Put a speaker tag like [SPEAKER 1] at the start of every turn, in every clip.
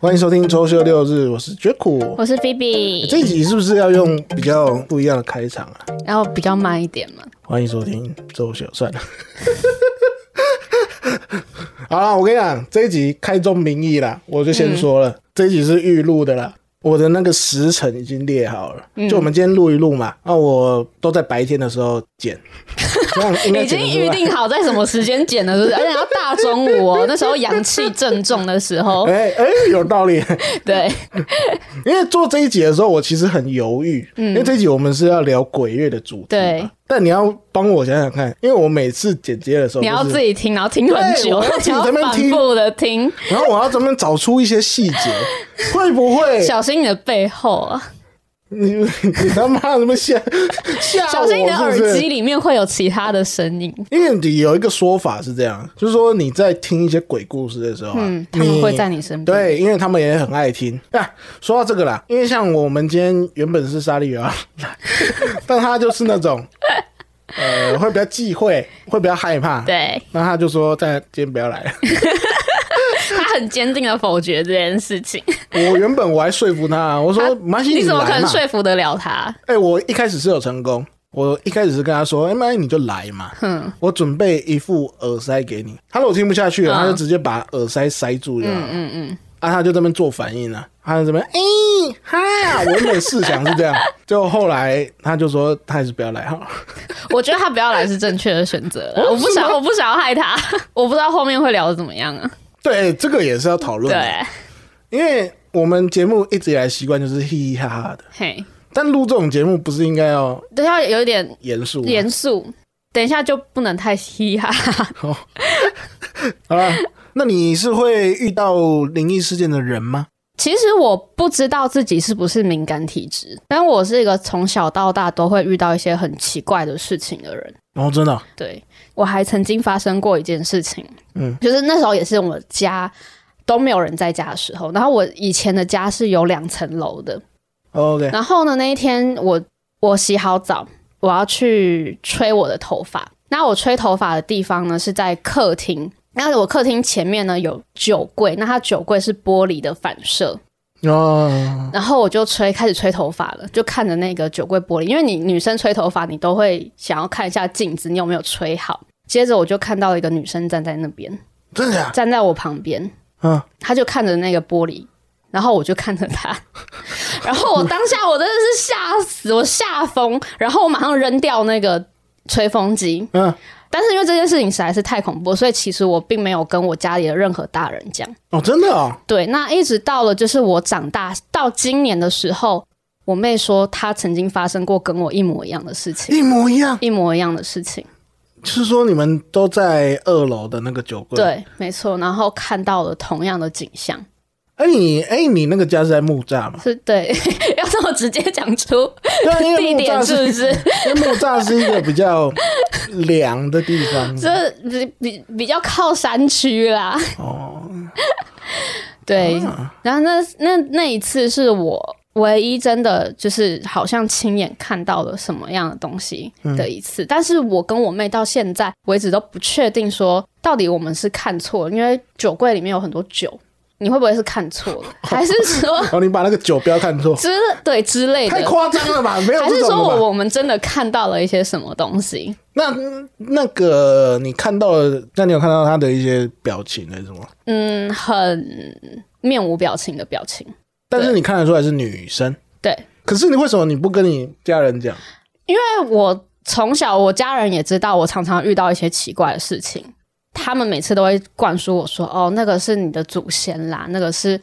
[SPEAKER 1] 欢迎收听周休六日，我是 j a c
[SPEAKER 2] 我是菲比，
[SPEAKER 1] 这一集是不是要用比较不一样的开场啊？
[SPEAKER 2] 然后比较慢一点嘛。
[SPEAKER 1] 欢迎收听周休，算了。 好啦，我跟你讲，这一集开宗明义啦，我就先说了，这一集是预录的啦。我的那个时辰已经列好了，
[SPEAKER 2] 嗯
[SPEAKER 1] 就我们今天录一录嘛。那、我都在白天的时候 剪，这样应该
[SPEAKER 2] 已
[SPEAKER 1] 剪
[SPEAKER 2] 经
[SPEAKER 1] 得出来
[SPEAKER 2] 预定好在什么时间剪了，是不是？而且要大中午 哦，那时候阳气正重的时候，
[SPEAKER 1] 哎哎、有道理。哦
[SPEAKER 2] 对，
[SPEAKER 1] 因为做这一集的时候，我其实很犹豫，因为这一集我们是要聊鬼月的主题嘛。
[SPEAKER 2] 嗯对
[SPEAKER 1] 但你要帮我想想看，因为我每次剪接的时候，
[SPEAKER 2] 你要
[SPEAKER 1] 就是
[SPEAKER 2] 自己听，然后听很久，
[SPEAKER 1] 对我要自己
[SPEAKER 2] 然
[SPEAKER 1] 在
[SPEAKER 2] 后
[SPEAKER 1] 那边听
[SPEAKER 2] 反复的听，
[SPEAKER 1] 然后我要专门找出一些细节，会不会？
[SPEAKER 2] 小心你的背后啊，
[SPEAKER 1] 你你你他妈怎么吓吓
[SPEAKER 2] 小
[SPEAKER 1] 我？
[SPEAKER 2] 心你的耳
[SPEAKER 1] 是不是
[SPEAKER 2] 机里面会有其他的声音，
[SPEAKER 1] 因为你有一个说法是这样，就是说你在听一些鬼故事的时候、啊，
[SPEAKER 2] 嗯，他们会在你身边。
[SPEAKER 1] 对，因为他们也很爱听。 啊，说到这个啦，因为像我们今天原本是莎莉亚来，啊 但他就是那种，呃，会比较忌讳，会比较害怕。
[SPEAKER 2] 对
[SPEAKER 1] 那他就说：“但今天不要来了。
[SPEAKER 2] 他很坚定的否决这件事情，”
[SPEAKER 1] 我原本我还说服他，啊我 说：“没关系，
[SPEAKER 2] 你怎么
[SPEAKER 1] 来
[SPEAKER 2] 可能
[SPEAKER 1] 嘛。
[SPEAKER 2] 说服得了他？
[SPEAKER 1] 哎、我一开始是有成功，我一开始是跟他说：“哎、妈，你就来嘛。”
[SPEAKER 2] 哼，
[SPEAKER 1] 我准备一副耳塞给你。他说我听不下去了，
[SPEAKER 2] 嗯
[SPEAKER 1] 他就直接把耳塞塞住了。
[SPEAKER 2] 嗯嗯嗯，
[SPEAKER 1] 啊，他就在那边做反应啊，他就这边哎、哈，我原本试想是这 样，就后来他就说他还是不要来 哈。
[SPEAKER 2] 我觉得他不要来是正确的选择了，
[SPEAKER 1] 哦
[SPEAKER 2] 我不
[SPEAKER 1] 是吗
[SPEAKER 2] 想，我不想要害他， 我不知道后面会聊的怎么样啊。
[SPEAKER 1] 对，这个也是要讨论的，
[SPEAKER 2] 对，
[SPEAKER 1] 因为我们节目一直以来习惯就是嘻嘻哈哈的，
[SPEAKER 2] 嘿，
[SPEAKER 1] 但录这种节目不是应该要
[SPEAKER 2] 都要有一点
[SPEAKER 1] 严肃吗？
[SPEAKER 2] 严肃，等一下就不能太嘻哈。
[SPEAKER 1] 好了，那你是会遇到灵异事件的人吗？
[SPEAKER 2] 其实我不知道自己是不是敏感体质，但我是一个从小到大都会遇到一些很奇怪的事情的人。
[SPEAKER 1] 哦，真的哦，
[SPEAKER 2] 对我还曾经发生过一件事情，
[SPEAKER 1] 嗯，
[SPEAKER 2] 就是那时候也是我家都没有人在家的时候，然后我以前的家是有两层楼的，
[SPEAKER 1] 哦 OK，
[SPEAKER 2] 然后呢，那一天我我洗好澡，我要去吹我的头发。那我吹头发的地方呢是在客厅，那我客厅前面呢有酒柜，那它酒柜是玻璃的反射，
[SPEAKER 1] 哦，
[SPEAKER 2] 然后我就吹开始吹头发了，就看着那个酒柜玻璃，因为你女生吹头发，你都会想要看一下镜子，你有没有吹好。接着我就看到一个女生站在那边，
[SPEAKER 1] 真的假的？
[SPEAKER 2] 站在我旁边，
[SPEAKER 1] 嗯，
[SPEAKER 2] 他就看着那个玻璃，然后我就看着他， 然后我当下我真的是吓死，我吓疯，然后我马上扔掉那个吹风机。
[SPEAKER 1] 嗯，
[SPEAKER 2] 但是因为这件事情实在是太恐怖，所以其实我并没有跟我家里的任何大人讲。
[SPEAKER 1] 哦，真的哦，
[SPEAKER 2] 对，那一直到了就是我长大到今年的时候，我妹说她曾经发生过跟我一模一样的事 情，
[SPEAKER 1] 一模一样。
[SPEAKER 2] 一模一样的事情。
[SPEAKER 1] 是说你们都在二楼的那个酒柜？。
[SPEAKER 2] 对，没错，然后看到了同样的景象。
[SPEAKER 1] 哎、你哎、你那个家是在木栅 嘛？
[SPEAKER 2] 是对，要这么直接讲出
[SPEAKER 1] 对啊，因为
[SPEAKER 2] 地
[SPEAKER 1] 木
[SPEAKER 2] 点
[SPEAKER 1] 栅
[SPEAKER 2] 是
[SPEAKER 1] 是，
[SPEAKER 2] 不是？
[SPEAKER 1] 因为木栅是一个比较凉的地 方。
[SPEAKER 2] 这比比比较靠山区啦。
[SPEAKER 1] 哦， 啊
[SPEAKER 2] 对，然后那那那一次是我唯一真的就是好像亲眼看到了什么样的东西的一
[SPEAKER 1] 嗯
[SPEAKER 2] 次，但是我跟我妹到现在为止都不确定说到底我们是看错了，因为酒柜里面有很多酒。你会不会是看错了，还是说
[SPEAKER 1] 哦，你把那个酒标看错，
[SPEAKER 2] 之对之类
[SPEAKER 1] 太
[SPEAKER 2] 的，
[SPEAKER 1] 夸张了吧？没有
[SPEAKER 2] 还
[SPEAKER 1] 这
[SPEAKER 2] 是
[SPEAKER 1] 种
[SPEAKER 2] 说
[SPEAKER 1] 的吧？
[SPEAKER 2] 我我们真的看到了一些什么东西？
[SPEAKER 1] 那那个你看到了，那你有看到他的一些表情还是什么？
[SPEAKER 2] 嗯，很面无表情的表情。
[SPEAKER 1] 但是你看得出来是女生，
[SPEAKER 2] 对，
[SPEAKER 1] 可是你为什么你不跟你家人讲？
[SPEAKER 2] 因为我从小我家人也知道，我常常遇到一些奇怪的事情，他们每次都会灌输我说：“哦，那个是你的祖先啦，那个是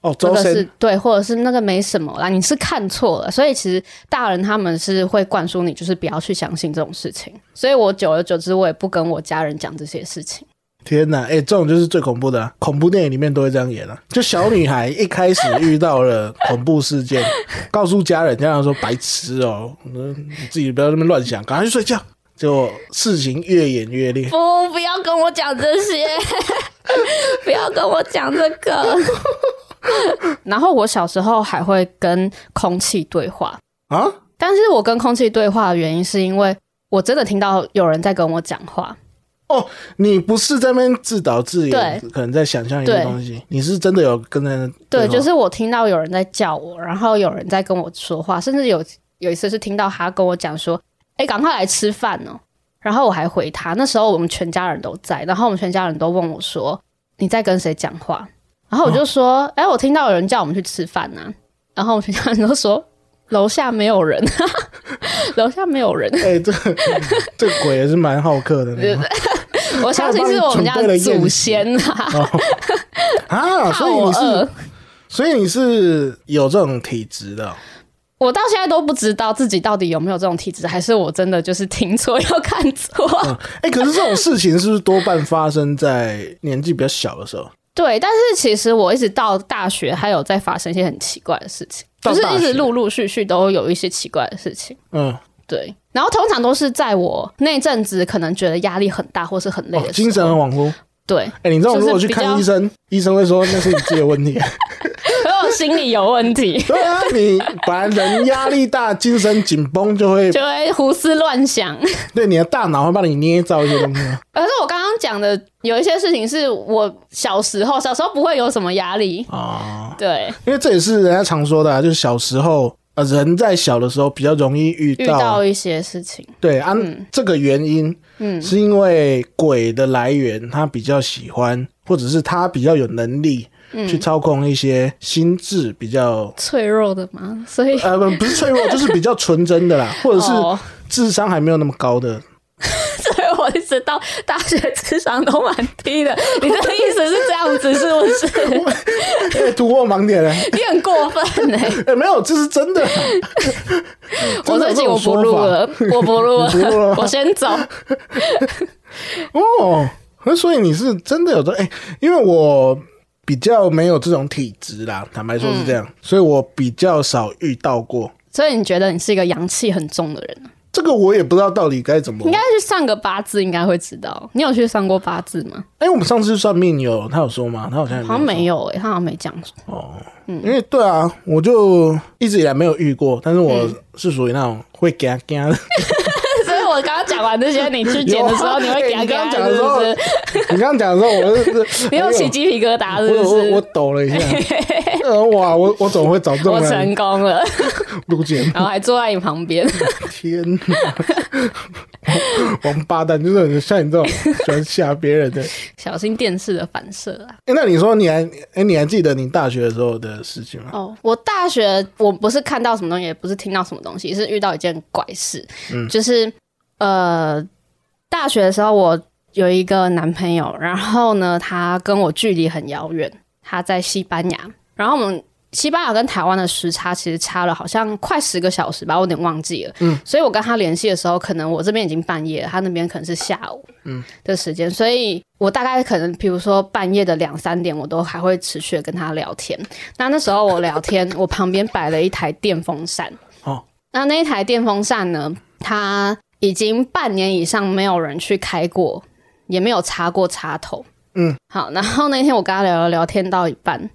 [SPEAKER 1] 哦，
[SPEAKER 2] 那
[SPEAKER 1] 周
[SPEAKER 2] 个是
[SPEAKER 1] 深，
[SPEAKER 2] 对，或者是那个没什么啦，你是看错了。”所以其实大人他们是会灌输你，就是不要去相信这种事情。所以我久而久之，我也不跟我家人讲这些事情。
[SPEAKER 1] 天哪！哎、这种就是最恐怖的啊、恐怖电影里面都会这样演啊。就小女孩一开始遇到了恐怖事 件，告诉家人，家人说白痴哦、嗯你自己不要在那边乱想，赶快去睡觉。结果事情越演越 烈，
[SPEAKER 2] 不，不要跟我讲这些， 不要跟我讲这个。 然后我小时候还会跟空气对话，
[SPEAKER 1] 啊，
[SPEAKER 2] 但是我跟空气对话的原因是因为我真的听到有人在跟我讲话，
[SPEAKER 1] 哦，你不是在那边自导自演
[SPEAKER 2] 对，
[SPEAKER 1] 可能在想象一个
[SPEAKER 2] 对
[SPEAKER 1] 东西，你是真的有跟在那话
[SPEAKER 2] 对，就是我听到有人在叫我，然后有人在跟我说话，甚至有有一次是听到他跟我讲说：“哎，赶快来吃饭哦。”然后我还回他，那时候我们全家人都在，然后我们全家人都问我说：“你在跟谁讲话？”然后我就说：“哎、我听到有人叫我们去吃饭呢、然后我们全家人都说：“楼下没有人， 楼下没有人。
[SPEAKER 1] 哎、这 个这个鬼也是蛮好客 的那种
[SPEAKER 2] 我相信是我们家的祖先啊，
[SPEAKER 1] 啊，
[SPEAKER 2] 怕
[SPEAKER 1] 所以
[SPEAKER 2] 我
[SPEAKER 1] 你是，
[SPEAKER 2] 饿。
[SPEAKER 1] 所以你是有这种体质的哦、
[SPEAKER 2] 我到现在都不知道自己到底有没有这种体质，还是我真的就是听错 又看错。
[SPEAKER 1] 嗯， 哎、可是这种事情是不是多半发生在年纪比较小的时候？
[SPEAKER 2] 对，但是其实我一直到大学还有在发生一些很奇怪的事情，
[SPEAKER 1] 到
[SPEAKER 2] 就是
[SPEAKER 1] 大
[SPEAKER 2] 一直
[SPEAKER 1] 学
[SPEAKER 2] 陆陆续续都有一些奇怪的事情。
[SPEAKER 1] 嗯，
[SPEAKER 2] 对，然后通常都是在我那阵子可能觉得压力很大或是很累的时
[SPEAKER 1] 哦，
[SPEAKER 2] 候，
[SPEAKER 1] 精神很恍惚。
[SPEAKER 2] 对，
[SPEAKER 1] 哎、你知道
[SPEAKER 2] 就是
[SPEAKER 1] 如果去
[SPEAKER 2] 比较
[SPEAKER 1] 看医生，医生会说那是你自己的问 题。
[SPEAKER 2] 可我心理有问题，
[SPEAKER 1] 对啊，你本来人压力大，精神紧绷就会
[SPEAKER 2] 就会胡思乱想。
[SPEAKER 1] 对你的大脑会帮你捏造一些东西。啊
[SPEAKER 2] 可是我刚刚讲的有一些事情是我小时候，小时候不会有什么压力，
[SPEAKER 1] 哦，
[SPEAKER 2] 对，
[SPEAKER 1] 因为这也是人家常说的、啊，就是小时候。呃，人在小的时候比较容易遇
[SPEAKER 2] 遇
[SPEAKER 1] 到，
[SPEAKER 2] 到一些事情，
[SPEAKER 1] 对啊，这个原因，
[SPEAKER 2] 嗯
[SPEAKER 1] 是因为鬼的来源，他比较喜欢，或者是他比较有能力
[SPEAKER 2] 嗯
[SPEAKER 1] 去操控一些心智比较，
[SPEAKER 2] 脆弱的嘛， 所以
[SPEAKER 1] 呃，不不是脆弱，就是比较纯真的 啦，或者是
[SPEAKER 2] 哦
[SPEAKER 1] 智商还没有那么高的，
[SPEAKER 2] 所以我一直到大学智商都蛮低 的。你的意思是这样子，是不 是？
[SPEAKER 1] 哎突破盲点了。
[SPEAKER 2] 你很过分哎、
[SPEAKER 1] 哎，没有，这是真的。
[SPEAKER 2] 我
[SPEAKER 1] 真的
[SPEAKER 2] 最
[SPEAKER 1] 有这种
[SPEAKER 2] 近我不录了，我不 录
[SPEAKER 1] 你不录了
[SPEAKER 2] 了，我先走。
[SPEAKER 1] 哦，那所以你是真的有这哎、因为我比较没有这种体质啦，坦白说是这样，
[SPEAKER 2] 嗯
[SPEAKER 1] 所以我比较少遇到过。
[SPEAKER 2] 所以你觉得你是一个阳气很重的人？
[SPEAKER 1] 这个我也不知道到底该怎么
[SPEAKER 2] 应。该去算个八字，应该会知道。你有去算过八字吗？
[SPEAKER 1] 哎、我们上次算命有他有说吗？他好像也
[SPEAKER 2] 好像没有哎、他好像没讲。
[SPEAKER 1] 有，因为对啊，我就一直以来没有遇过，但是我是属于那种会给他给他的。
[SPEAKER 2] 所以我刚刚讲完这些，你去剪的时
[SPEAKER 1] 有
[SPEAKER 2] 候，
[SPEAKER 1] 啊
[SPEAKER 2] 你会给他
[SPEAKER 1] 哎你
[SPEAKER 2] 给
[SPEAKER 1] 刚
[SPEAKER 2] 他
[SPEAKER 1] 刚讲的
[SPEAKER 2] 是
[SPEAKER 1] 时候
[SPEAKER 2] 不是？
[SPEAKER 1] 你刚刚讲的时候，我就是
[SPEAKER 2] 你有
[SPEAKER 1] 哎呦
[SPEAKER 2] 起鸡皮疙瘩是
[SPEAKER 1] 我
[SPEAKER 2] 不
[SPEAKER 1] 我我
[SPEAKER 2] 是？
[SPEAKER 1] 抖了一下，呃哇，我我怎么会找这种
[SPEAKER 2] 我
[SPEAKER 1] 人
[SPEAKER 2] 成功了，
[SPEAKER 1] 录节目？
[SPEAKER 2] 然后还坐在你旁边。
[SPEAKER 1] 天哪，王八蛋，就是很像你这种喜欢吓别人的。
[SPEAKER 2] 小心电视的反射啊！
[SPEAKER 1] 哎、那你说你还哎、你还记得你大学的时候的事情吗？
[SPEAKER 2] 哦，我大学我不是看到什么东西，也不是听到什么东西，是遇到一件怪事，就是呃，大学的时候我有一个男朋友，然后呢，他跟我距离很遥远，他在西班牙，然后我们。西班牙跟台湾的时差其实差了好像快十个小时吧，我有点忘记了。嗯，所以我跟他联系的时候，可能我这边已经半夜了，他那边可能是下午。的时间，所以我大概可能，比如说半夜的两三点，我都还会持续的跟他聊天。那那时候我聊天，我旁边摆了一台电风扇。
[SPEAKER 1] 哦，
[SPEAKER 2] 那那一台电风扇呢，它已经半年以上没有人去开过，也没有插过插头。
[SPEAKER 1] 嗯，
[SPEAKER 2] 好，然后那天我跟他聊聊聊天到一半，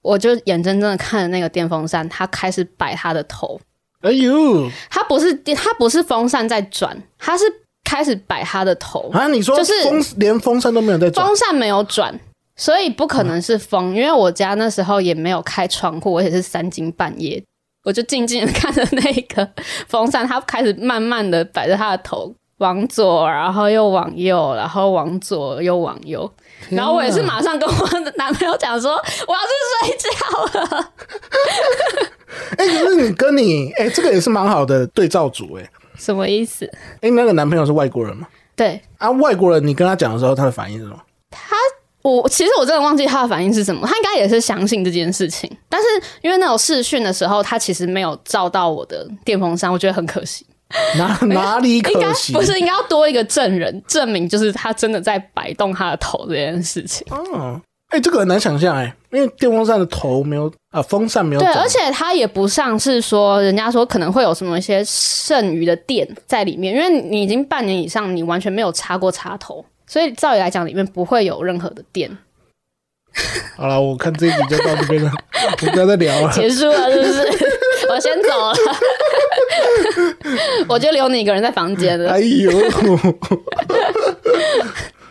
[SPEAKER 2] 我就眼睁睁的看着那个电风扇，它开始摆它的头，
[SPEAKER 1] 哎呦
[SPEAKER 2] 它不是它不是风扇在转，它是开始摆它的头。
[SPEAKER 1] 啊！你说
[SPEAKER 2] 就是
[SPEAKER 1] 风连风扇都没有在转，
[SPEAKER 2] 风扇没有转，所以不可能是风，因为我家那时候也没有开窗户，而且是三更半夜，我就静静的看着那个风扇，它开始慢慢的摆着它的头。往左，然后又往右，然后往左又往右，然后我也是马上跟我的男朋友讲说，我要去睡觉了。
[SPEAKER 1] 哎、可是你跟你哎、这个也是蛮好的对照组哎、
[SPEAKER 2] 什么意思？
[SPEAKER 1] 哎、那个男朋友是外国人吗？
[SPEAKER 2] 对
[SPEAKER 1] 啊，外国人，你跟他讲的时候，他的反应是什么？
[SPEAKER 2] 我，其实我真的忘记他的反应是什么。他应该也是相信这件事情，但是因为那种视讯的时候，他其实没有照到我的电风扇，我觉得很可惜。
[SPEAKER 1] 哪哪里
[SPEAKER 2] 哎应该
[SPEAKER 1] 可惜？
[SPEAKER 2] 不是应该要多一个证人证明，就是他真的在摆动他的头这件事情。
[SPEAKER 1] 哦，哎、这个很难想象哎、因为电风扇的头没有啊，风扇没有
[SPEAKER 2] 对，
[SPEAKER 1] 转，
[SPEAKER 2] 而且他也不像是说人家说可能会有什么一些剩余的电在里面，因为你已经半年以上，你完全没有插过插头，所以照理来讲里面不会有任何的电。
[SPEAKER 1] 好了，我看这一集就到这边了， 我们不要再聊了。
[SPEAKER 2] 结束了是不 是？我先走了，
[SPEAKER 1] 哎
[SPEAKER 2] 我就留你一个人在房间了。
[SPEAKER 1] 哎呦，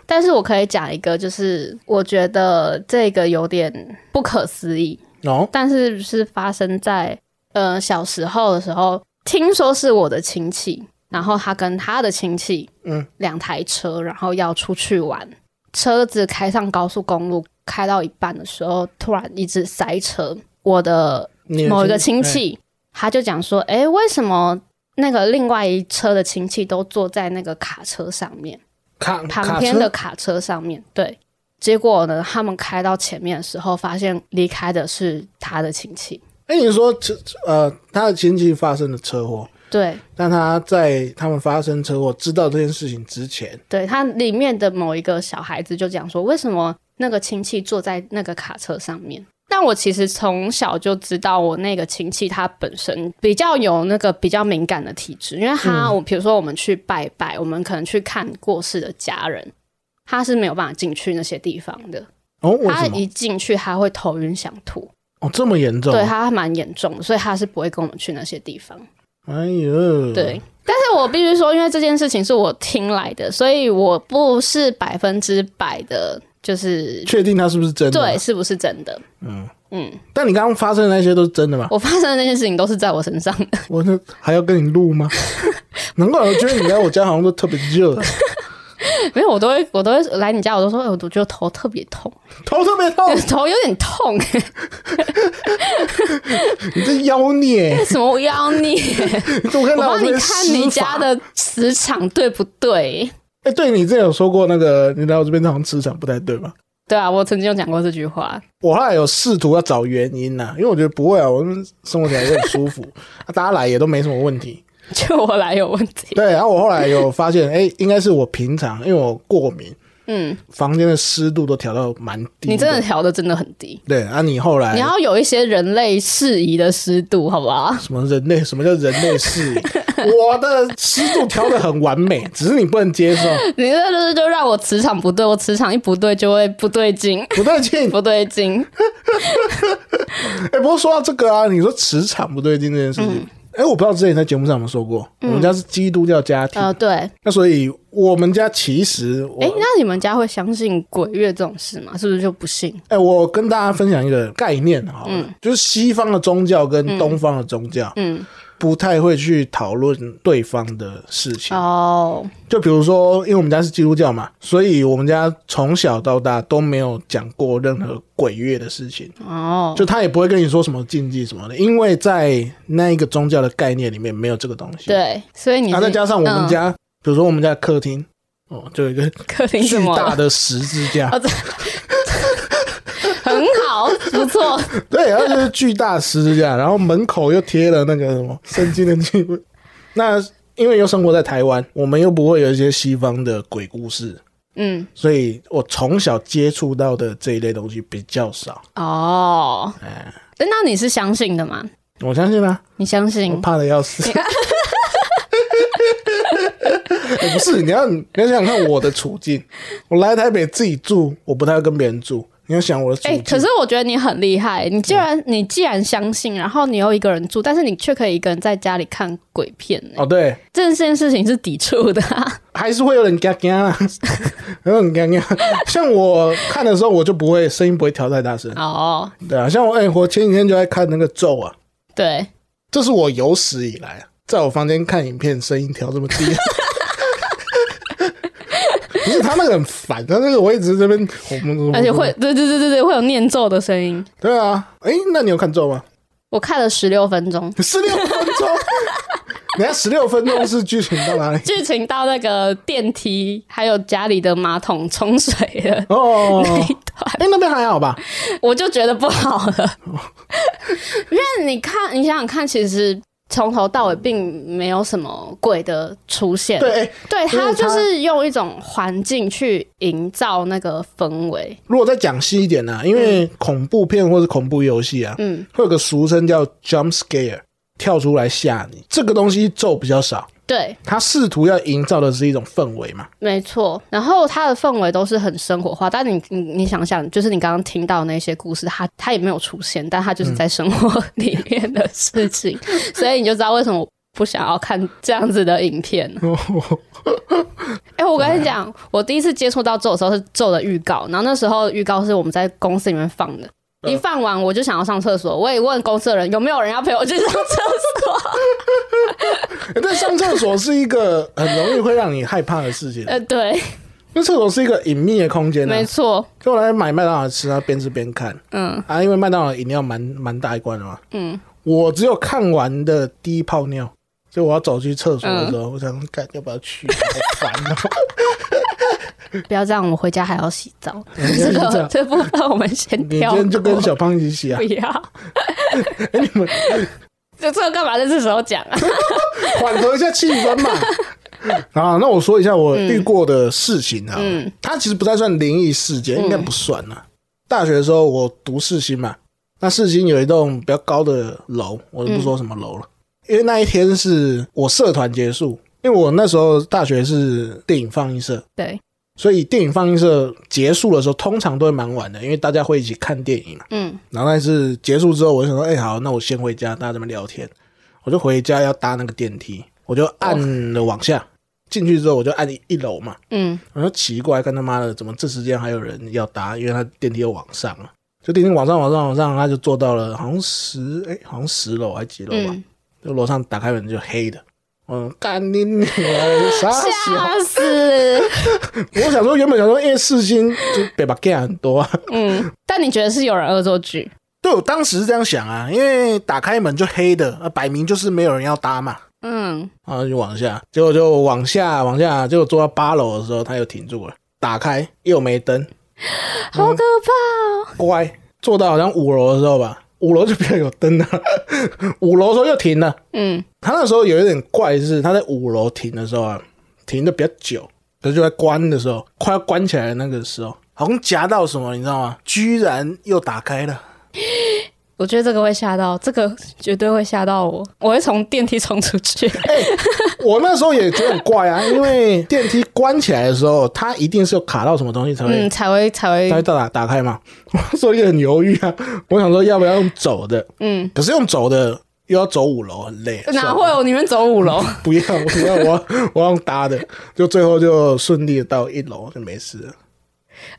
[SPEAKER 2] 但是我可以讲一个，就是我觉得这个有点不可思议，
[SPEAKER 1] 哦，
[SPEAKER 2] 但是是发生在呃小时候的时候，听说是我的亲戚，然后他跟他的亲戚，
[SPEAKER 1] 嗯，
[SPEAKER 2] 两台车，然后要出去玩，车子开上高速公路，开到一半的时候，突然一直塞车，我的
[SPEAKER 1] 你的
[SPEAKER 2] 某一个亲，戚，他就讲说，诶，为什么那个另外一车的亲戚都坐在那个卡车上面？
[SPEAKER 1] 哎卡
[SPEAKER 2] 旁
[SPEAKER 1] 卡
[SPEAKER 2] 边
[SPEAKER 1] 车
[SPEAKER 2] 的卡车上面。对，结果呢，他们开到前面的时候，发现离开的是他的亲戚。
[SPEAKER 1] 哎、你说车呃，他的亲戚发生了车祸，
[SPEAKER 2] 对，
[SPEAKER 1] 但他在他们发生车祸知道这件事情之前，
[SPEAKER 2] 对他里面的某一个小孩子就讲说，为什么那个亲戚坐在那个卡车上面？但我其实从小就知道，我那个亲戚他本身比较有那个比较敏感的体质，因为他，
[SPEAKER 1] 嗯
[SPEAKER 2] 我比如说我们去拜拜，我们可能去看过世的家人，他是没有办法进去那些地方的。
[SPEAKER 1] 哦，为
[SPEAKER 2] 他
[SPEAKER 1] 什么？
[SPEAKER 2] 一进去，他会头晕想吐。
[SPEAKER 1] 哦，这么严重？
[SPEAKER 2] 对，他蛮严重的，所以他是不会跟我们去那些地方。
[SPEAKER 1] 哎呦，
[SPEAKER 2] 对，，但是我必须说，因为这件事情是我听来的，所以我不是百分之百的，就是
[SPEAKER 1] 确定他是不是真的？
[SPEAKER 2] 对，是不是真的。
[SPEAKER 1] 嗯，
[SPEAKER 2] 嗯，
[SPEAKER 1] 但你刚刚发生的那些都是真的吗？
[SPEAKER 2] 我发生的那件事情都是在我身上的，
[SPEAKER 1] 我那还要跟你录 吗？难怪我觉得你来我家好像都特别热，
[SPEAKER 2] 没有，我都会，我都会来你家，我都说，哎、我我觉得头特别痛，
[SPEAKER 1] 头特别痛，
[SPEAKER 2] 头有点 痛，
[SPEAKER 1] 你这妖孽，
[SPEAKER 2] 什么妖孽？
[SPEAKER 1] 你怎么看
[SPEAKER 2] 我
[SPEAKER 1] 到
[SPEAKER 2] 帮
[SPEAKER 1] 这
[SPEAKER 2] 你
[SPEAKER 1] 边
[SPEAKER 2] 看你
[SPEAKER 1] 施法
[SPEAKER 2] 家？的磁场对不对？
[SPEAKER 1] 哎、对你之前有说过那个，你来我这边好像磁场不太对吧？
[SPEAKER 2] 对啊，我曾经有讲过这句话，
[SPEAKER 1] 我后来有试图要找原因呐、因为我觉得不会啊，我们生活起来也很舒服，啊、大家来也都没什么问题。
[SPEAKER 2] 就我来有问题。
[SPEAKER 1] 对，然后我后来有发现，哎、应该是我平常因为我过敏，
[SPEAKER 2] 嗯，
[SPEAKER 1] 房间的湿度都调到蛮低。
[SPEAKER 2] 你真的？调的真的很低。
[SPEAKER 1] 对啊，你后来
[SPEAKER 2] 你要有一些人类适宜的湿度，好不好？
[SPEAKER 1] 什么人类？什么叫人类适 应？我的湿度调的很完美，只是你不能接受，
[SPEAKER 2] 你这就是就让我磁场不对，我磁场一不对就会不对劲，
[SPEAKER 1] 不对劲。
[SPEAKER 2] 不对劲。
[SPEAKER 1] 哎、不过说到这个啊，你说磁场不对劲这件事
[SPEAKER 2] 嗯
[SPEAKER 1] 情，哎、我不知道之前在节目上有没有说过，我们家是基督教家庭，
[SPEAKER 2] 呃，对，哎、
[SPEAKER 1] 那所以我们家其实我，哎、
[SPEAKER 2] 那你们家会相信鬼月这种事吗？是不是就不信？
[SPEAKER 1] 哎我跟大家分享一个概念好了，就是西方的宗教跟东方的宗教，
[SPEAKER 2] 嗯，
[SPEAKER 1] 不太会去讨论对方的事情。
[SPEAKER 2] 哦，
[SPEAKER 1] 就比如说，因为我们家是基督教嘛，所以我们家从小到大都没有讲过任何鬼月的事情，
[SPEAKER 2] 哦，
[SPEAKER 1] 就他也不会跟你说什么禁忌什么的，因为在那一个宗教的概念里面没有这个东西。，
[SPEAKER 2] 对，嗯所以你
[SPEAKER 1] 然
[SPEAKER 2] 是
[SPEAKER 1] 后再加上我们家，比如说我们家的客厅，哦，就有一个
[SPEAKER 2] 嗯客厅什
[SPEAKER 1] 巨
[SPEAKER 2] 么
[SPEAKER 1] 大的十字架，
[SPEAKER 2] 哦 很好，不 错，
[SPEAKER 1] 对，然后就是巨大十字架，然后门口又贴了那个什么圣经的经文。那因为又生活在台湾，我们又不会有一些西方的鬼故事，
[SPEAKER 2] 嗯，
[SPEAKER 1] 所以我从小接触到的这一类东西比较少。
[SPEAKER 2] 哦，诶那你是相信的吗？
[SPEAKER 1] 我相信啊，
[SPEAKER 2] 你相信
[SPEAKER 1] 我？怕的要死。欸不是，你要你要想想看我的处境。我来台北自己住，我不太会跟别人住。你要想我的处
[SPEAKER 2] 哎、
[SPEAKER 1] 境，
[SPEAKER 2] 可是我觉得你嗯很厉害，你既然、你既然相信，然后你又一个人住，但是你却可以一个人在家里看鬼片、呢
[SPEAKER 1] 哦对，
[SPEAKER 2] 这件事情是抵触 的、啊。
[SPEAKER 1] 还是会有人嘎嘎 啦，啊有人嘎嘎。啊像我看的时候，我就不会声音不会调太大声，
[SPEAKER 2] 哦，
[SPEAKER 1] 对啊。像我哎、我前几天就在看那个咒啊，
[SPEAKER 2] 对，
[SPEAKER 1] 这是我有史以来啊在我房间看影片声音调这么低。 不是他那个很烦，他那个我一直这边我们
[SPEAKER 2] 而且会，对对对对对，会有念咒的声音。
[SPEAKER 1] 对啊，哎、那你有看咒吗？
[SPEAKER 2] 我看了十六分钟，
[SPEAKER 1] 十六分钟， 人家十六分钟是剧情到哪里？
[SPEAKER 2] 剧情到那个电梯，还有家里的马桶冲水的
[SPEAKER 1] 哦，
[SPEAKER 2] 那一段，
[SPEAKER 1] 哎、那边还好吧？
[SPEAKER 2] 我就觉得不好 了。因为你看，你想想看，其实从头到尾并没有什么鬼的出现。
[SPEAKER 1] 对，哎、
[SPEAKER 2] 对
[SPEAKER 1] 因为
[SPEAKER 2] 他就
[SPEAKER 1] 他
[SPEAKER 2] 是用一种环境去营造那个氛围，
[SPEAKER 1] 如果再讲细一点呢、因为恐怖片或是恐怖游戏啊，
[SPEAKER 2] 嗯，
[SPEAKER 1] 会有个俗称叫 jump scare，跳出来吓你。这个东西咒比较少，
[SPEAKER 2] 对，
[SPEAKER 1] 它试图要营造的是一种氛围嘛。
[SPEAKER 2] 没错。然后他的氛围都是很生活化，但你你你想想，就是你刚刚听到那些故事，他他也没有出现，但他就是在生活里面的事情，所以你就知道为什么不想要看这样子的影 片。哎、我跟你讲，我第一次接触到咒的时候是咒的预告，然后那时候预告是我们在公司里面放的。
[SPEAKER 1] 嗯
[SPEAKER 2] 一放完我就想要上厕所，我也问公司的人有没有人要陪我去上厕 所。
[SPEAKER 1] 但上厕所是一个很容易会让你害怕的事情，
[SPEAKER 2] 呃，对，
[SPEAKER 1] 那厕所是一个隐秘的空间呢、
[SPEAKER 2] 没
[SPEAKER 1] 啊。
[SPEAKER 2] 错，
[SPEAKER 1] 就我来买麦当劳吃啊，边吃边看
[SPEAKER 2] 嗯
[SPEAKER 1] 啊，因为麦当劳饮料蛮蛮大一罐的嘛。
[SPEAKER 2] 嗯，
[SPEAKER 1] 我只有看完的第一泡尿，所以我要走去厕所的时候，
[SPEAKER 2] 嗯
[SPEAKER 1] 我想干要不要去，好烦哦、
[SPEAKER 2] 不要这样，我回家还要洗澡。
[SPEAKER 1] 嗯
[SPEAKER 2] 这
[SPEAKER 1] 就是这
[SPEAKER 2] 个
[SPEAKER 1] 样
[SPEAKER 2] 这部分我们先
[SPEAKER 1] 你今
[SPEAKER 2] 跳过，
[SPEAKER 1] 天就跟小胖一起洗啊
[SPEAKER 2] 不？要，
[SPEAKER 1] 哎、你们
[SPEAKER 2] 这这个干嘛在这时候讲啊？
[SPEAKER 1] 缓和一下气氛嘛。 啊，那我说一下我遇过的事情啊，
[SPEAKER 2] 嗯
[SPEAKER 1] 它其实不太算灵异事件，
[SPEAKER 2] 嗯
[SPEAKER 1] 应该不算啊。大学的时候我读世新嘛，那世新有一栋比较高的楼，我就不说什么楼了，
[SPEAKER 2] 嗯
[SPEAKER 1] 因为那一天是我社团结束，因为我那时候大学是电影放映社，
[SPEAKER 2] 对，
[SPEAKER 1] 所以电影放映社结束的时候通常都会蛮晚的，因为大家会一起看电影嘛。
[SPEAKER 2] 嗯
[SPEAKER 1] 然后但是结束之后，我就想说，哎、好，那我先回家，大家这边聊天。我就回家要搭那个电梯，我就按了往下。进去之后，我就按一楼嘛，
[SPEAKER 2] 嗯
[SPEAKER 1] 我就奇怪，看他妈的，怎么这时间还有人要搭？因为他电梯又往上了，就电梯往上、往上、往上，他就坐到了好像十，哎、好像十楼还几楼吧？
[SPEAKER 2] 嗯，
[SPEAKER 1] 就楼上打开门就黑的。嗯，干你娘的！啥 时候？
[SPEAKER 2] 吓死！
[SPEAKER 1] 我想说，原本想说，因为四星就北巴 gay 很多啊，
[SPEAKER 2] 嗯，但你觉得是有人恶作剧？
[SPEAKER 1] 对，我当时是这样想啊，因为打开门就黑的，啊，摆明就是没有人要搭嘛，
[SPEAKER 2] 嗯，
[SPEAKER 1] 然后就往下，结果就往下往下，结果坐到八楼的时候，他又停住了，打开又没灯，
[SPEAKER 2] 好可怕哦！
[SPEAKER 1] 乖，坐到好像五楼的时候吧，五楼就比较有灯了，五楼的时候又停了，
[SPEAKER 2] 嗯
[SPEAKER 1] 他那时候有一点怪是，他在五楼停的时候啊，停的比较久，可是就在关的时候，快要关起来的那个时候，好像夹到什么，你知道吗？居然又打开了。
[SPEAKER 2] 我觉得这个会吓到，这个绝对会吓到我，我会从电梯冲出去。
[SPEAKER 1] 哎我那时候也觉得很怪 啊，因为电梯关起来的时候，它一定是有卡到什么东西才会、
[SPEAKER 2] 嗯，才会才
[SPEAKER 1] 才会
[SPEAKER 2] 会，
[SPEAKER 1] 打打开嘛。 我所以很犹豫啊，我想说要不要用走的，
[SPEAKER 2] 嗯，
[SPEAKER 1] 可是用走的又要走五楼，很累。
[SPEAKER 2] 哪
[SPEAKER 1] 算
[SPEAKER 2] 会
[SPEAKER 1] 了？
[SPEAKER 2] 有？你们走五楼？
[SPEAKER 1] 不要 不要，我要我要用搭的，就最后就顺利的到一楼就没事了。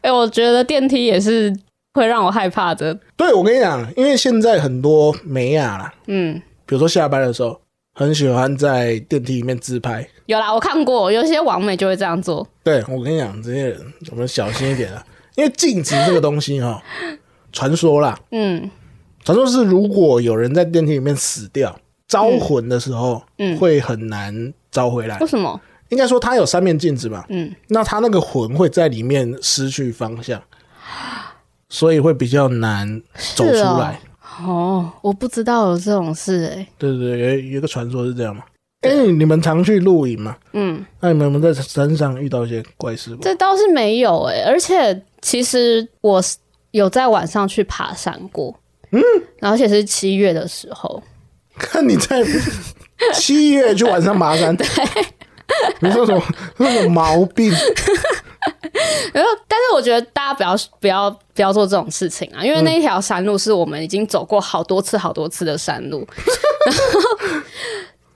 [SPEAKER 2] 哎，我觉得电梯也是会让我害怕的。
[SPEAKER 1] 对，我跟你讲，因为现在很多美亚啦，
[SPEAKER 2] 嗯，
[SPEAKER 1] 比如说下班的时候，很喜欢在电梯里面自拍。
[SPEAKER 2] 有啦，我看过，有些网美就会这样做。
[SPEAKER 1] 对我跟你讲，这些人我们小心一点啊， 因为禁止这个东西哈、 传说啦，
[SPEAKER 2] 嗯
[SPEAKER 1] 传说是如果有人在电梯里面死掉，招魂的时候，
[SPEAKER 2] 嗯
[SPEAKER 1] 会很难招回来。
[SPEAKER 2] 为什么？
[SPEAKER 1] 应该说他有三面镜子嘛，
[SPEAKER 2] 嗯，
[SPEAKER 1] 那他那个魂会在里面失去方 向，所以会比较难走出来。
[SPEAKER 2] 哦，我不知道有这种事哎、
[SPEAKER 1] 对对对，有有一个传说是这样嘛。哎、你们常去露营嘛？
[SPEAKER 2] 嗯，
[SPEAKER 1] 那你们有没有在山上遇到一些怪事故？
[SPEAKER 2] 这倒是没有哎、而且其实我是有在晚上去爬山过，嗯，而且是七月的时候，
[SPEAKER 1] 看你在七月去晚上爬山，你说什么？那种毛 病？
[SPEAKER 2] 然后但是我觉得大家不要不要不要做这种事情啊，因为那一条山路是我们已经走过好多次好多次的山 路，然后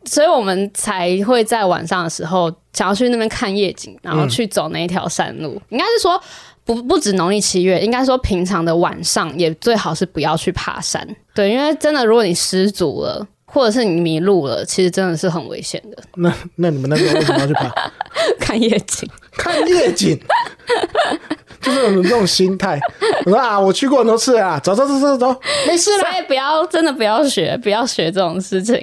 [SPEAKER 2] 所以我们才会在晚上的时候想要去那边看夜景，然后去走那一条山路。应该是说不不止农历七月，应该说平常的晚上也最好是不要去爬山，对，因为真的如果你失足了。或者是你迷路了，其实真的是很危险的。
[SPEAKER 1] 那那你们那时候为什么要去爬？
[SPEAKER 2] 看夜景，
[SPEAKER 1] 看夜景， 就是有这种心态。我说啊，我去过很多次啊，走走走走走，没事
[SPEAKER 2] 所
[SPEAKER 1] 啦。
[SPEAKER 2] 以不要真的不要学，不要学这种事情。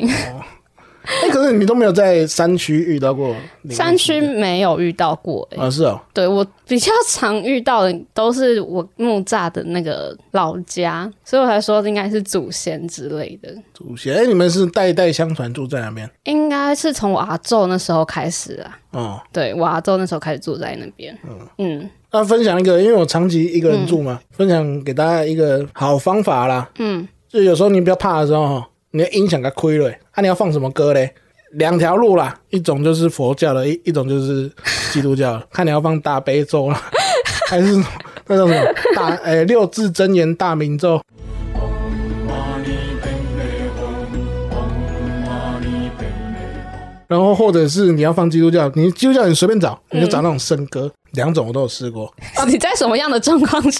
[SPEAKER 1] 哎、可是你都没有在山区遇到过灵异
[SPEAKER 2] 山区
[SPEAKER 1] 事件
[SPEAKER 2] 没有遇到过、欸，
[SPEAKER 1] 啊？是哦，
[SPEAKER 2] 对我比较常遇到的都是我木栅的那个老家，所以我才说应该是祖先之类的，
[SPEAKER 1] 祖先。哎、你们是代代相传住在那边
[SPEAKER 2] 应该是从我阿昼那时候开始啊。
[SPEAKER 1] 哦。
[SPEAKER 2] 对，我阿昼那时候开始住在那边。嗯
[SPEAKER 1] 那分享一个，因为我长期一个人住嘛，分享给大家一个好方法啦。
[SPEAKER 2] 嗯
[SPEAKER 1] 就有时候你比较怕的时候，你的音响给它亏了、啊，你要放什么歌嘞？两条路啦，一种就是佛教的，一一种就是基督教的， 看你要放大悲咒啦， 还是什么那叫什么大诶、六字真言大明咒，
[SPEAKER 3] 唵嘛呢呗咪吽，唵嘛呢呗咪
[SPEAKER 1] 然后或者是你要放基督教，你基督教你随便找，你就找那种圣歌，两、种我都有试过。
[SPEAKER 2] 你在什么样的状况下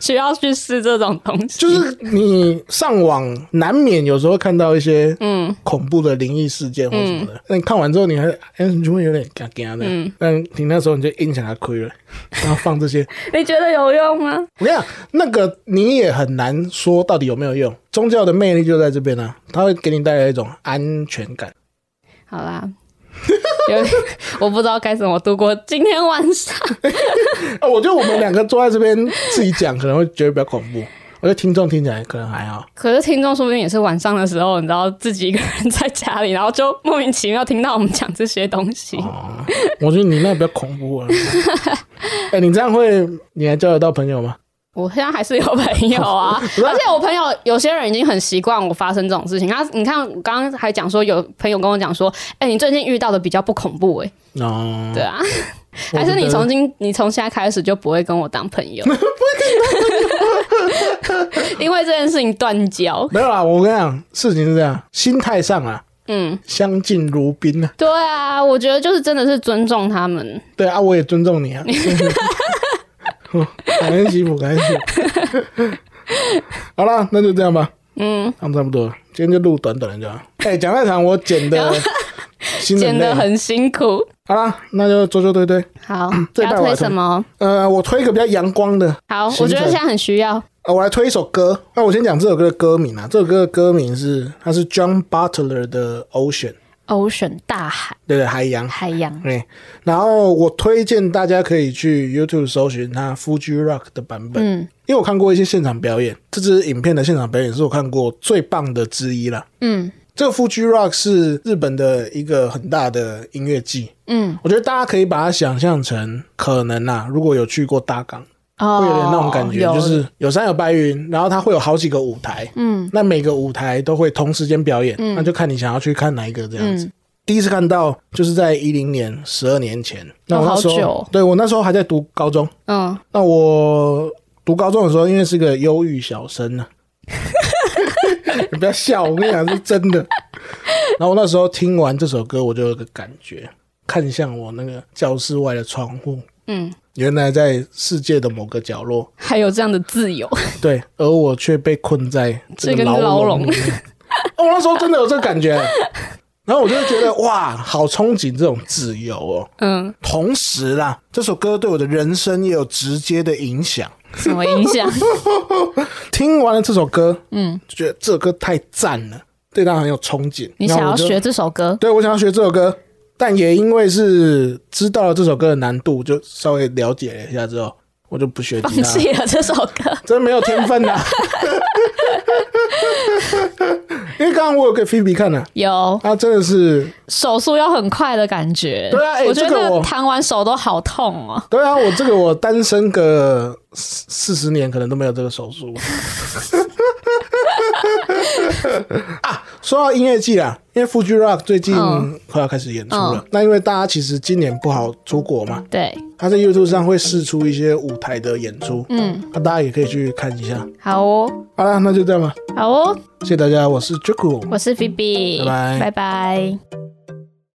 [SPEAKER 2] 需要去试这种东西？
[SPEAKER 1] 就是你上网难免有时候看到一些
[SPEAKER 2] 嗯，
[SPEAKER 1] 恐怖的灵异事件或什么的，那、你看完之后你还哎、你就会有点嘎嘎的，但你那时候你就硬想它亏了，然后放这些，
[SPEAKER 2] 你觉得有用吗？
[SPEAKER 1] 我跟你讲，那个你也很难说到底有没有用。宗教的魅力就在这边啊，它会给你带来一种安全感。
[SPEAKER 2] 好啦，有 我不知道该怎么度过今天晚上。
[SPEAKER 1] 啊，我觉得我们两个坐在这边自己讲，可能会觉得比较恐怖。 我觉得听众听起来可能还好。
[SPEAKER 2] 可是听众说不定也是晚上的时候，你知道自己一个人在家里，然后就莫名其妙听到我们讲这些东西。
[SPEAKER 1] 哦，我觉得你那比较恐怖啊。 哎、你这样会，你还交得到朋友吗？
[SPEAKER 2] 我现在还是有朋友啊，
[SPEAKER 1] 是啊
[SPEAKER 2] 而且我朋友有些人已经很习惯我发生这种事情。他你看，我刚刚还讲说有朋友跟我讲说，哎、你最近遇到的比较不恐怖哎、
[SPEAKER 1] 哦，
[SPEAKER 2] 对啊，
[SPEAKER 1] 我
[SPEAKER 2] 还是
[SPEAKER 1] 觉
[SPEAKER 2] 你
[SPEAKER 1] 得
[SPEAKER 2] 从今你从现在开始就不会跟我当朋 友，因为这件事情断交。
[SPEAKER 1] 没有啦。我跟你讲，事情是这样，心态上啊，
[SPEAKER 2] 嗯，
[SPEAKER 1] 相敬如宾啊。
[SPEAKER 2] 对啊，我觉得就是真的是尊重他们。
[SPEAKER 1] 对啊，我也尊重你啊。 哦感恩媳妇，感恩媳妇。好啦，那就这样吧，
[SPEAKER 2] 嗯，
[SPEAKER 1] 那差不多了。今天就录短短的就好。哎、讲太长，我剪 的心
[SPEAKER 2] 剪
[SPEAKER 1] 累
[SPEAKER 2] 得。很辛苦。
[SPEAKER 1] 好啦，那就周周对对。
[SPEAKER 2] 好，
[SPEAKER 1] 嗯这一
[SPEAKER 2] 要
[SPEAKER 1] 半我来推
[SPEAKER 2] 推什么？
[SPEAKER 1] 呃，我推一个比较阳光的，
[SPEAKER 2] 好，
[SPEAKER 1] 行
[SPEAKER 2] 我觉得
[SPEAKER 1] 程
[SPEAKER 2] 现在很需要。
[SPEAKER 1] 呃，我来推一首歌。那我先讲这首歌的歌名啊，这首歌的歌名是它是 John Butler 的 Ocean，
[SPEAKER 2] Ocean 大海
[SPEAKER 1] 对对，海洋。
[SPEAKER 2] 海洋，
[SPEAKER 1] 对，哎然后我推荐大家可以去 YouTube 搜寻它 Fuji Rock 的版本，
[SPEAKER 2] 嗯
[SPEAKER 1] 因为我看过一些现场表演，这支影片的现场表演是我看过最棒的之一啦。
[SPEAKER 2] 嗯
[SPEAKER 1] 这个 Fuji Rock 是日本的一个很大的音乐季，
[SPEAKER 2] 嗯，
[SPEAKER 1] 我觉得大家可以把它想象成可能啊，如果有去过大港，
[SPEAKER 2] 哦，
[SPEAKER 1] 会有点那种感觉，
[SPEAKER 2] 有
[SPEAKER 1] 就是有山有白云，然后它会有好几个舞台，
[SPEAKER 2] 嗯
[SPEAKER 1] 那每个舞台都会同时间表演，那就看你想要去看哪一个这样子。
[SPEAKER 2] 嗯
[SPEAKER 1] 第一次看到就是在一零年，十二年前，那我那时
[SPEAKER 2] 好久
[SPEAKER 1] 候，
[SPEAKER 2] 哦
[SPEAKER 1] 对我那时候还在读高中，
[SPEAKER 2] 嗯，
[SPEAKER 1] 那我读高中的时候，因为是个忧郁小生 呢、啊，你不要笑，我跟你讲是真的。然后我那时候听完这首歌，我就有个感觉，看向我那个教室外的窗户，
[SPEAKER 2] 嗯，
[SPEAKER 1] 原来在世界的某个角落，
[SPEAKER 2] 还有这样的自由，
[SPEAKER 1] 对，而我却被困在这个
[SPEAKER 2] 这根牢
[SPEAKER 1] 牢
[SPEAKER 2] 笼
[SPEAKER 1] 笼里 面。哦我那时候真的有这个感觉，然后我就觉得哇，好憧憬这种自由哦。
[SPEAKER 2] 嗯，
[SPEAKER 1] 同时啦，这首歌对我的人生也有直接的影响。
[SPEAKER 2] 什么影 响？
[SPEAKER 1] 听完了这首歌，
[SPEAKER 2] 嗯，
[SPEAKER 1] 就觉得这首歌太赞了，对它很有憧憬。
[SPEAKER 2] 你想
[SPEAKER 1] 然后
[SPEAKER 2] 要
[SPEAKER 1] 我就
[SPEAKER 2] 学这首歌？
[SPEAKER 1] 对我想要学这首歌，但也因为是知道了这首歌的难度，就稍微了解了一下之后，我就不学
[SPEAKER 2] 放
[SPEAKER 1] 吉他了。
[SPEAKER 2] 弃了这首歌，
[SPEAKER 1] 真没有天分啊呐、因为刚刚我有给菲比看了、啊，
[SPEAKER 2] 有
[SPEAKER 1] 他真的是，
[SPEAKER 2] 手速要很快的感觉。
[SPEAKER 1] 对啊哎
[SPEAKER 2] 我觉
[SPEAKER 1] 这个
[SPEAKER 2] 得那
[SPEAKER 1] 我
[SPEAKER 2] 个弹完手都好痛哦。
[SPEAKER 1] 对啊，我这个我单身个四十年，可能都没有这个手术。啊，说到音乐季啦，因为 Fuji Rock 最近
[SPEAKER 2] 嗯
[SPEAKER 1] 快要开始演出了，
[SPEAKER 2] 嗯
[SPEAKER 1] 那因为大家其实今年不好出国嘛，
[SPEAKER 2] 对，
[SPEAKER 1] 他在 YouTube 上会试出一些舞台的演出，
[SPEAKER 2] 嗯，
[SPEAKER 1] 那、大家也可以去看一下。
[SPEAKER 2] 好哦，
[SPEAKER 1] 好啦，那就这样吧，
[SPEAKER 2] 好哦，
[SPEAKER 1] 谢谢大家，我是 Jaco，
[SPEAKER 2] 我是 B B，
[SPEAKER 1] 拜拜
[SPEAKER 2] 拜拜。